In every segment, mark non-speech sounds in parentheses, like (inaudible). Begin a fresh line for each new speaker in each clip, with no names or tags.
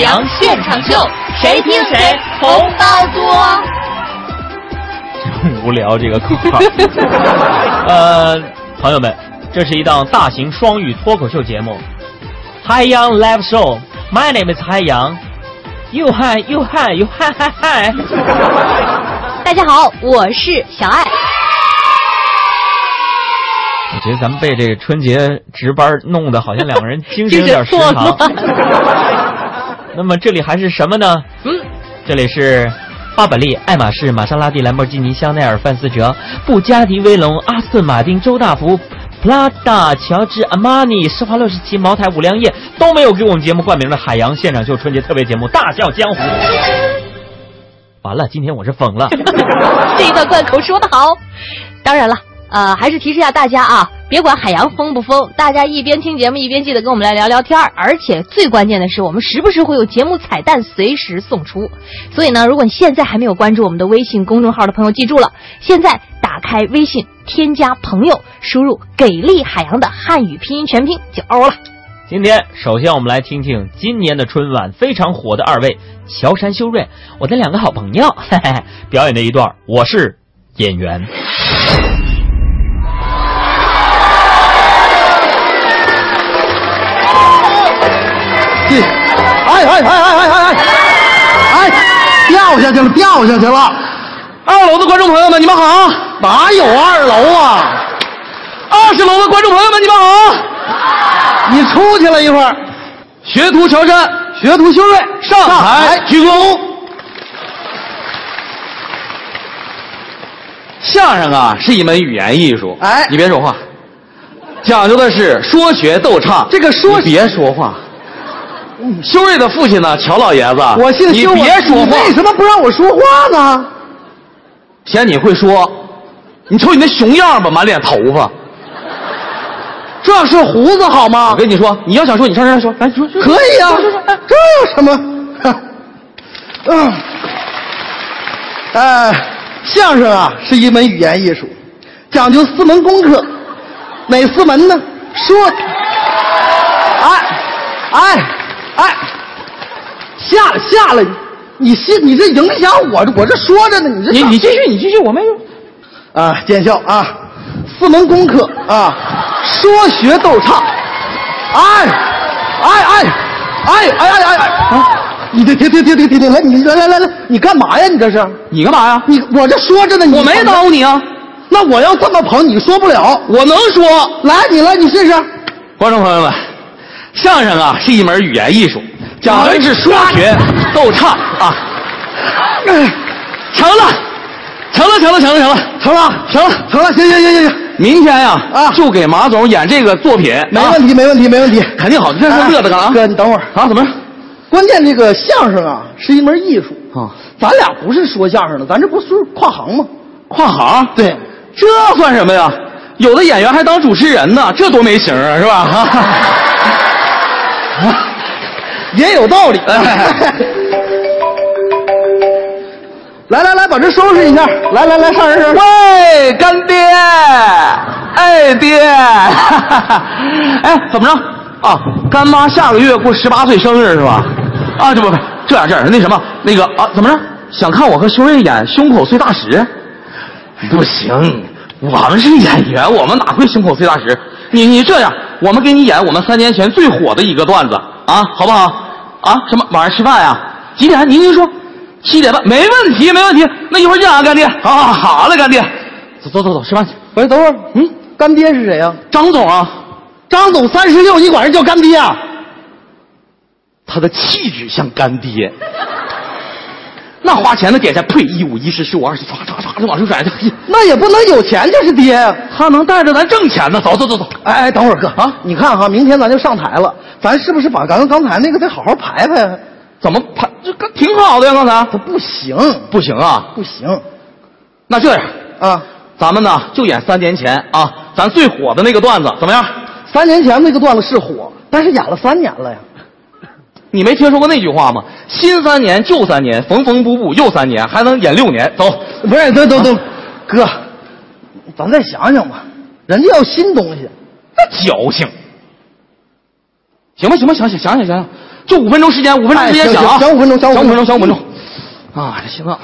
阳现场秀，谁听谁红包多。
(laughs) 无聊这个口号。 (laughs) 呃，朋友们，这是一档大型双语脱口秀节目，海洋 Live Show。My name is 海洋，又嗨又嗨又嗨嗨嗨。
大家好，我是小爱。
我觉得咱们被这个春节值班弄得好像两个人精神有点失
精
常
(laughs) 神错。
(laughs) 那么这里还是什么呢？
嗯，
这里是巴宝莉、爱马仕、玛莎拉蒂、兰博基尼、香奈儿、范思哲、布加迪、威龙、阿斯顿马丁、周大福、Prada、乔治、阿玛尼、施华洛世奇、茅台、五粮液都没有给我们节目冠名的海洋现场秀春节特别节目《大笑江湖》。完了，今天我是疯
(laughs)
了。
(laughs) 这一段贯口说得好。当然了，呃，还是提示一下大家啊，别管海洋疯不疯，大家一边听节目一边记得跟我们来聊聊天儿。而且最关键的是，我们时不时会有节目彩蛋随时送出。所以呢，如果你现在还没有关注我们的微信公众号的朋友，记住了，现在打开微信，添加朋友，输入“给力海洋”的汉语拼音全拼就欧了。
今天，首先我们来听听今年的春晚非常火的二位乔杉、修睿，我的两个好朋友， (laughs) 嘿嘿嘿，表演的一段《我是演员》。
哎哎哎哎哎哎哎！掉下去了，掉下去了！二楼的观众朋友们，你们好！哪有二楼啊？二十楼的观众朋友们，你们好！你出去了一会儿，学徒乔杉，学徒修睿，上台鞠躬。
相声啊是一门语言艺术，
哎
你别说话，讲究的是说学逗唱。
这个说
你别说话。修睿的父亲呢，乔老爷子，
我姓
你
修，
别
我
说
你
话，
为什么不让我说话呢？
嫌你会说？你瞅你那熊样吧，满脸头发。
这是胡子好吗
我？跟你说，你要想说，你上这儿说，来说说。哎
可以啊，这有什么？嗯，呃，相声啊是一门语言艺术，讲究四门功课，哪四门呢？说，哎，哎，哎，下来下来，你信你这影响我，我这说着呢，你这
你你继续，你继续，我没有。
啊，见笑啊，四门功课啊，说学逗唱，哎，哎哎，哎哎哎哎哎，啊，你这停停停停停停，来你来来来来，你干嘛呀？你这是
你干嘛呀？
你我这说着呢，你
我没耽误你啊，
那我要这么捧你说不了，
我能说。
来你来你试试，
观众朋友们，相声啊是一门语言艺术，讲究的是说
哎
学逗唱啊。成了，成了，成了，成了，成了，
成了成了成了，行行行行行，
明天呀、
啊
就给马总演这个作品，
没
啊
问题没问题没问题，
肯定好。你这是乐的干啥？
哥你等会儿，
啊，怎么着？
关键这个相声啊是一门艺术
啊，
咱俩不是说相声的，咱这不是跨行吗？
跨行？
对，
这算什么呀？有的演员还当主持人呢，这多没型儿啊，是吧？
(laughs) 也有道理。
哎
来来来，把这收拾一下。来 (laughs) 来来，上人上人。
喂，干爹，哎爹， (laughs) 哎，怎么着？啊，干妈下个月过十八岁生日是吧？啊，这不不，这样这样，那什么，那个啊，怎么着？想看我和修睿演胸口碎大石？不行，我们是演员，我们哪会胸口碎大石？你你这样，我们给你演我们三年前最火的一个段子啊，好不好？啊，什么晚上吃饭呀、几点？您您说，七点半，没问题，没问题。那一会儿见啊，干爹。好好好好嘞，干爹，走走走走，吃饭去。
喂，等会儿，嗯，干爹是谁呀、
张总啊，
张总三十六，你管人叫干爹啊？
他的气质像干爹，那花钱的点下呸，一五一十十五二十，唰唰唰就往出甩。嘿
那也不能有钱就是爹呀。
啊他能带着咱挣钱呢，走走走走。
哎哎，等会儿哥
啊
你看哈，明天咱就上台了，咱是不是把咱刚才那个得好好排排啊？
怎么他这刚挺好的呀？刚才
他不行，
不行啊，
不行
那这样，
啊！
咱们呢就演三年前啊，咱最火的那个段子怎么样？
三年前那个段子是火，但是演了三年了呀。
你没听说过那句话吗？新三年旧三年，缝缝补补又三年，还能演六年。走，
不是，等等等，哥，啊咱再想想吧，人家要新东西。
那矫情。行吧，行吧，想想想想想想，就五分钟时间，五分钟时间想啊，
哎行行行五分钟
想
想
五
五
分
分钟
钟，想五分钟。
啊，这心脏，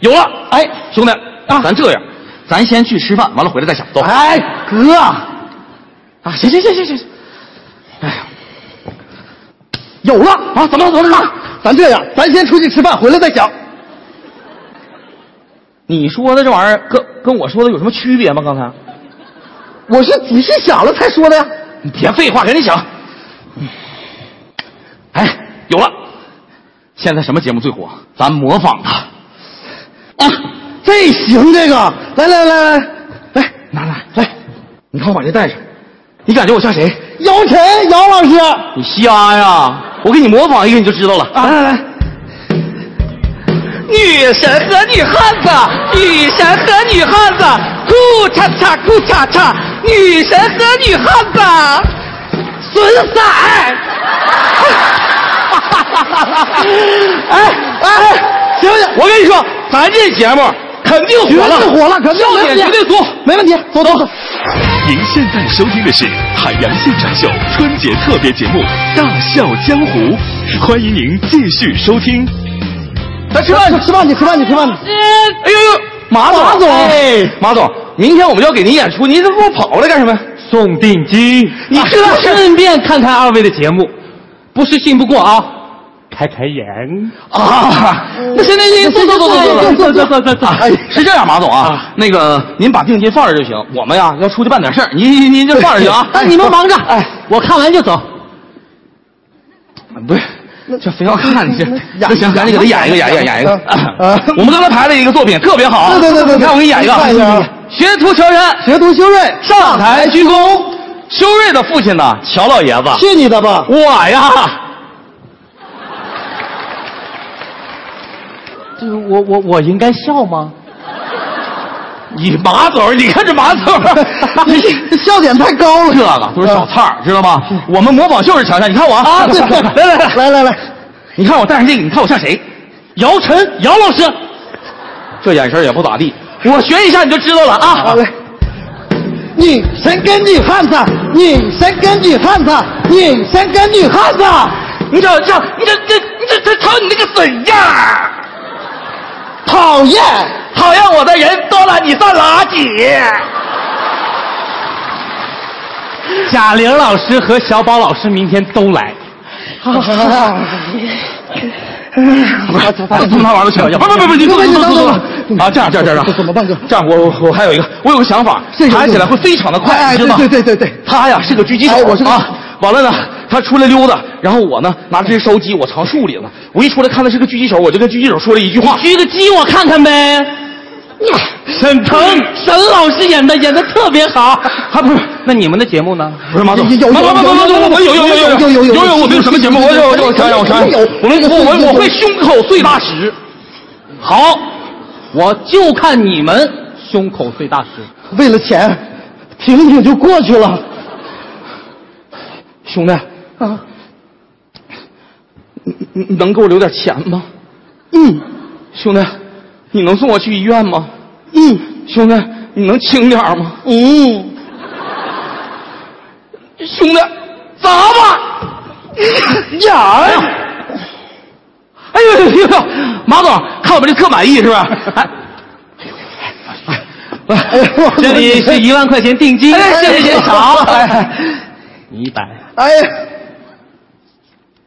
有了，哎，兄弟，咱这样，咱先去吃饭，完了回来再想，走。
啊哎，哥，啊，行行行行行，行哎呀，有了啊，怎么了怎么了？咱这样，咱先出去吃饭，回来再讲。
你说的这玩意儿跟跟我说的有什么区别吗？刚才
我是仔细想了才说的呀。
你别废话，赶紧想。哎，有了，现在什么节目最火？咱模仿他。
啊，这行，这个，来来来来来，拿来来，你看我把这带上，
你感觉我像谁？
姚晨，姚老师，
你瞎呀！我给你模仿一个你就知道了。
来来来，
女神和女汉子，女神和女汉子，裤叉叉裤叉叉，女神和女汉子，损色。
哎哎，行行，
我跟你说，咱这节目肯定
绝
火了，
对火了，肯定
笑点绝对足。
没问题，走走走。
您现在收听的是《海洋现场秀》春节特别节目《大笑江湖》，欢迎您继续收听。
咱吃饭去。
吃饭去，吃饭去，吃饭去。
哎呦呦，马总，
马总
哎，马总，明天我们就要给您演出，您这给我跑来干什么？
送定金，
你这是
顺便看看二位的节目，
不是信不过啊？
开开眼。
啊，那现在
嗯
您走走走走走走。
走走走 (laughs) 走。
哎，是这样，马总啊，那个您把定金放这儿就行，我们呀要出去办点事儿，
(laughs)
您您您就放这儿就行啊。
那你们
(laughs)
忙着，哎，我看完就走。
不是，这非要看这，
演
那行，赶紧给他演一个，演一个，演一个
啊啊。
我们刚才排了一个作品，特别好。啊
对对对对对
你看我给你演一个
看一下啊，
学徒乔杉
学徒修睿，
上台鞠躬。修睿的父亲呢？乔老爷子。
去你的吧！
我呀，
我我我应该笑吗？
你马总，你看这马总，
(laughs) 你笑点太高了，
这个都是小菜儿，知道吗？我们模仿秀是乔杉，你看我
啊！ (laughs) 对对，
来来来来，
来来来，
(laughs) 你看我戴上这个，你看我像谁？姚晨，姚老师，这眼神也不咋地，我学一下你就知道了啊。
好嘞。女神跟女汉子，女神跟女汉子，女神跟女汉子。
你瞅瞅，你这这你这这瞅你那个损样儿
讨厌，
讨厌我的人多了，你算垃圾。
贾玲老师和小宝老师明天都来。
(laughs) 不是，从那玩意儿去了，不不不不，你坐坐坐坐啊！这样这样这样，这样我我我还有一个，我有个想法，爬起来会非常的快，
哎，
知
对
道吗？
对对对对，
他呀是个狙击手，
哎我是个
啊。完了呢，他出来溜达，然后我呢拿着这烧鸡，我藏树里了。我一出来看他是个狙击手，我就跟狙击手说了一句话。
举个鸡我看看呗。沈腾，沈老师演的演的特别好。
还不是
那你们的节目呢？
不是马总，
有有有
不不不不不不，有有有有有有有，我们有什么节目？我有我想想我想想，我们我我我会胸口碎大石。
好，我就看你们胸口碎大石。
为了钱，挺挺就过去了。
兄弟，
啊，
你你你能给我留点钱吗？
嗯
兄弟，你能送我去医院吗？
嗯
兄弟，你能轻点儿吗？
嗯，
兄弟，砸 (coughs) 吧！眼儿。啊哎呦哎呦哎呦！马总，看我们这特满意是吧？哎
哎呦
这里是一万块钱定金，
哎，谢谢谢谢好，哎哎
你一百，
哎，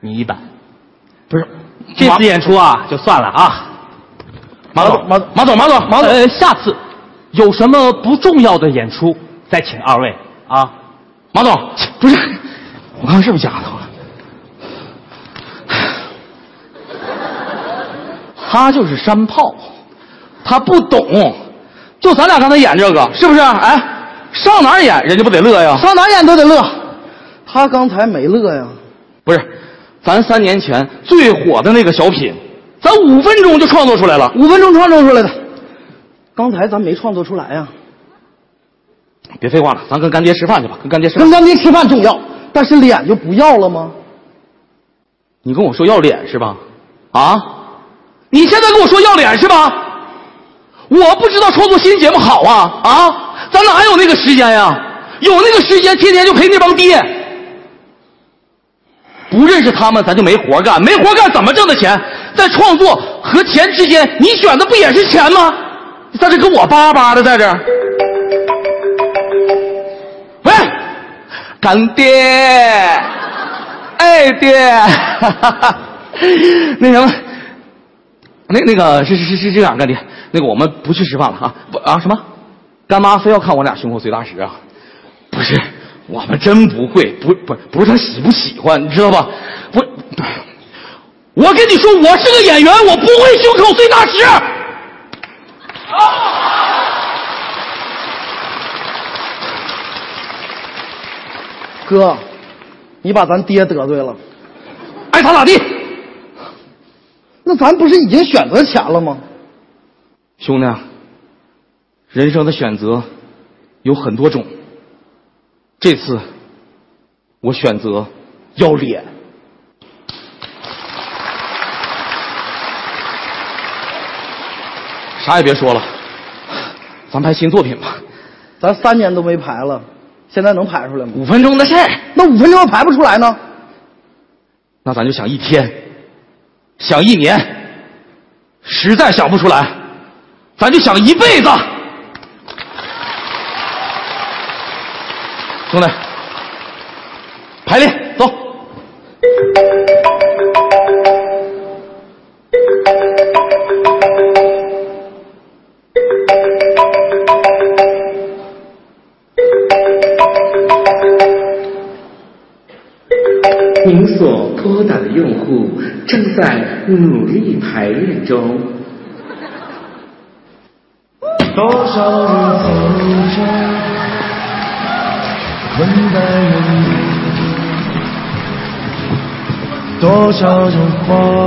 你一百。
不是，
这
马
次演出啊，就算了啊。
马总马马总马总马总，
呃，下次有什么不重要的演出，再请二位啊。
马总不是，我刚刚是不是假的？他就是山炮，他不懂，就咱俩刚才演这个，是不是？哎，上哪儿演人家不得乐呀？
上哪演都得乐。他刚才没乐呀。
不是，咱三年前最火的那个小品，咱五分钟就创作出来了。
五分钟创作出来的。刚才咱没创作出来呀、
别废话了，咱跟干爹吃饭去吧，跟干爹吃饭
跟。干爹吃饭重要，但是脸就不要了吗？
你跟我说要脸是吧？啊，你现在跟我说要脸是吧？我不知道创作新节目好啊啊！咱哪有那个时间呀、有那个时间，天天就陪那帮爹。不认识他们，咱就没活干，没活干怎么挣的钱？在创作和钱之间，你选的不也是钱吗？你在这跟我叭叭的在这儿。喂，干爹，哎爹，哈哈那什么，那那个是是是是这样，干爹，那个我们不去吃饭了啊，不啊什么？干妈非要看我俩胸口碎大石啊？不是，我们真不会，不不不是他喜不喜欢，你知道吧？我，我跟你说，我是个演员，我不会胸口碎大石。
哥，你把咱爹得罪了。
爱咋咋地。
那咱不是已经选择钱了吗？
兄弟，啊人生的选择有很多种，这次我选择要脸。啥也别说了，咱拍新作品吧，
咱三年都没排了，现在能排出来吗？
五分钟的事儿，
那五分钟要排不出来呢？
那咱就想一天，想一年，实在想不出来，咱就想一辈子。兄弟，排练走。
您所拨打的用户正在努力排练中。
多少人走着，等待人；多少人活